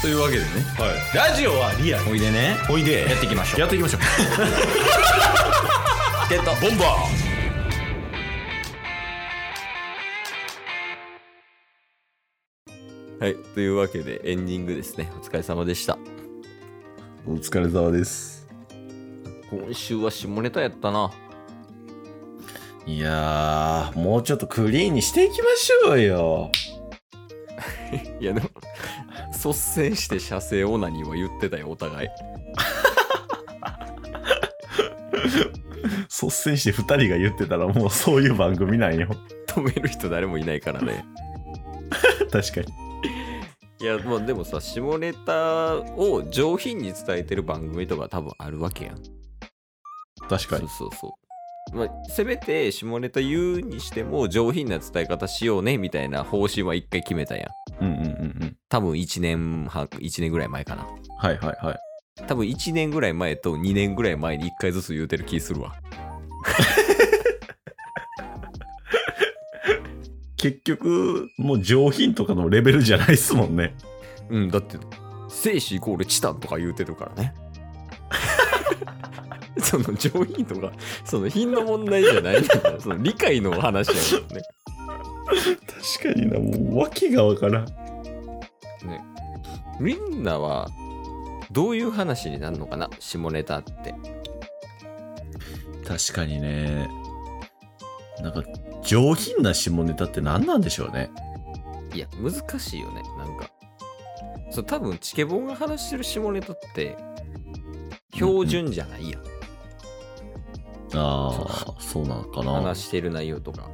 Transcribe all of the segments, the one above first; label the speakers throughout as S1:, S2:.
S1: というわけでね
S2: はい、ラジオはリアル
S1: おいでね
S2: おいで
S1: やっていきましょう
S2: やっていきましょう
S1: ゲット
S2: ボンバ
S1: はいというわけでエンディングですねお疲れ様でした
S3: お疲れ様です。
S1: 今週は下ネタやったない
S3: やー、もうちょっとクリーンにしていきましょうよ。
S1: いやでも 率先して射精オナニーは言ってたよお互い
S3: 率先して2人が言ってたらもうそういう番組なんよ。
S1: 止める人誰もいないからね
S3: 確かに。
S1: いやまあでもさ下ネタを上品に伝えてる番組とか多分あるわけやん
S3: 確か
S1: そう
S3: に。
S1: そうそう、まあ、せめて下ネタ言うにしても上品な伝え方しようねみたいな方針は一回決めたやん
S3: うんうんうんうん。
S1: 多分1年半1年ぐらい前かな
S3: はいはいはい。
S1: 多分1年ぐらい前と2年ぐらい前に1回ずつ言うてる気するわ
S3: 結局、もう上品とかのレベルじゃないっすもんね。
S1: うんだって精子イコールチタンとか言うてるか らねその上品とかその品の問題じゃないんだからその理解の話やもんね
S3: 確かにな、もう訳がわからん。
S1: みんなはどういう話になるのかな下ネタって
S3: 確かにね。なんか、上品な下ネタって何なんでしょうね。
S1: いや難しいよねなんかそう多分チケボンが話してる下ネタって標準じゃないやん、
S3: ああ、そうなのかな。
S1: 話してる内容とか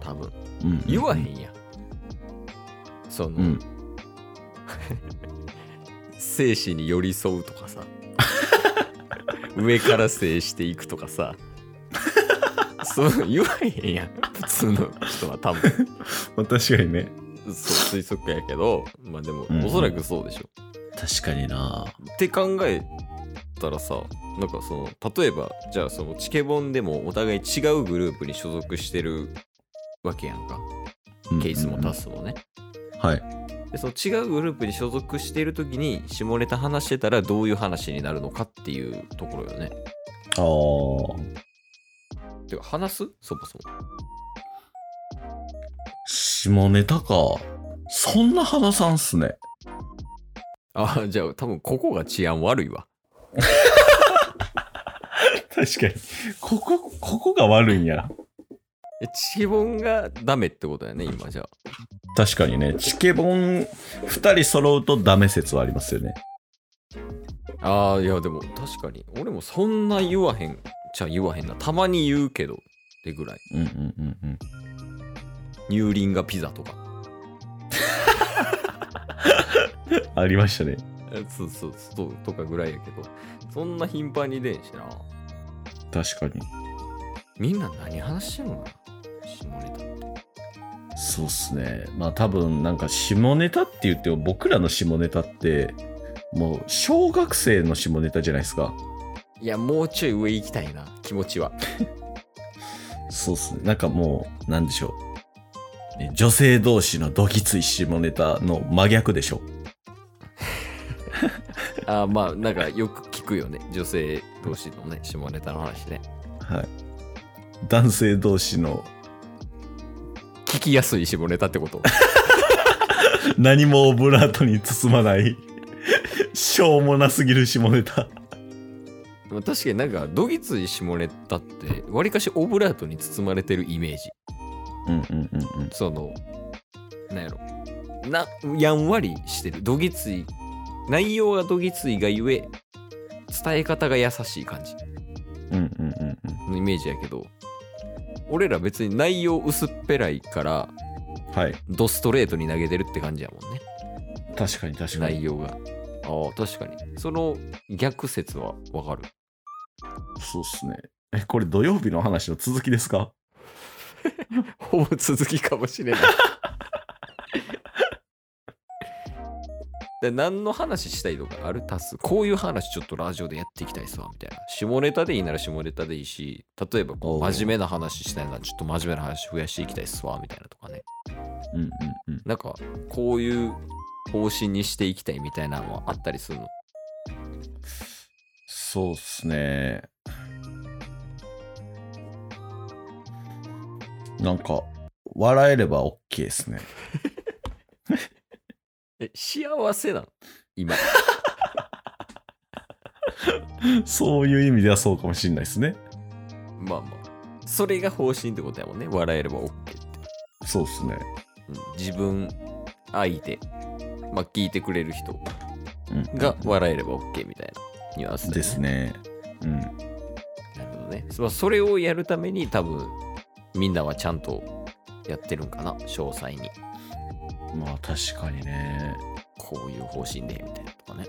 S1: 多分
S3: うんうんうん
S1: 言わへんやん、その、
S3: うん。
S1: 生死に寄り添うとかさ 上から生していくとかさ そう言わへんやん普通の人は多分
S3: まあ、確かにね。
S1: そう推測やけどまあでも、
S3: うんうん
S1: おそらくそうでしょ
S3: 確かにな。
S1: って考えたらさなんかその例えばじゃあそのチケボンでもお互い違うグループに所属してるわけやんかケイスもタ
S3: す。
S1: スもね、
S3: はい。
S1: でその違うグループに所属している時に下ネタ話してたらどういう話になるのかっていうところよね
S3: ああ。
S1: てか話すそもそも
S3: 下ネタか。そんな話さんっすね。
S1: あ じゃあ多分ここが治安悪いわ
S3: 確かに。ここ、ここが悪いんやな。
S1: えチケボンがダメってことだよね今じゃあ
S3: 確かにね。チケボン二人揃うとダメ説はありますよね。
S1: あーいやでも確かに俺もそんな言わへんじゃあ言わへんなたまに言うけどってぐらい
S3: うんうんうんうん。
S1: 乳輪がピザとか
S3: ありましたね。
S1: えそうそうそうとかぐらいやけどそんな頻繁に出んしな
S3: 確かに。
S1: みんな何話してんのかな下ネタ
S3: そうっすね。まあ多分なんか下ネタって言っても僕らの下ネタってもう小学生の下ネタじゃないですか。
S1: いやもうちょい上行きたいな気持ちは
S3: そうっすね。なんかもうなんでしょう。ね女性同士のどぎつい下ネタの真逆でしょ。
S1: あーまあなんかよく聞くよね女性同士のね下ネタの話ね
S3: はい。男性同士の
S1: 聞きやすい下ネタってこと
S3: 何もオブラートに包まないしょうもなすぎる下ネタ
S1: まあ確かになんかどぎつい下ネタってわりかしオブラートに包まれてるイメージ
S3: うんうんうんうん
S1: そのなんやろなやんわりしてるどぎつい内容がどぎついがゆえ伝え方が優しい感じ
S3: うんうんうん
S1: のイメージやけど俺ら別に内容薄っぺらいから
S3: うんはい
S1: ドストレートに投げてるって感じやもんね
S3: 確かに確かに
S1: 内容がああ確かにその逆説はわかる
S3: そうっすねえこれ土曜日の話の続きですか
S1: ほぼ続きかもしれないで何の話したいとかあるタスこういう話ちょっとラジオでやっていきたいっすわみたいな下ネタでいいなら下ネタでいいし例えばこう
S3: おう
S1: 真面目な話したいならちょっと真面目な話増やしていきたいっすわみたいなとかね
S3: うんうんうん
S1: なんかこういう方針にしていきたいみたいなのはあったりするの
S3: そうっすね。なんか、笑えれば OK ですね。
S1: え幸せなの今
S3: そういう意味ではそうかもしれないですね。
S1: まあまあそれが方針ってことやもんね笑えれば OK って、
S3: そうっすね。
S1: うん自分相手まあ聞いてくれる人
S3: うん、
S1: が笑えれば OK みたいなニュアンスだよね
S3: ですね。うん。
S1: なるほどね。まあそれをやるために多分みんなはちゃんとやってるんかな、詳細に。
S3: まあ確かにね。
S1: こういう方針でみたいなとかね。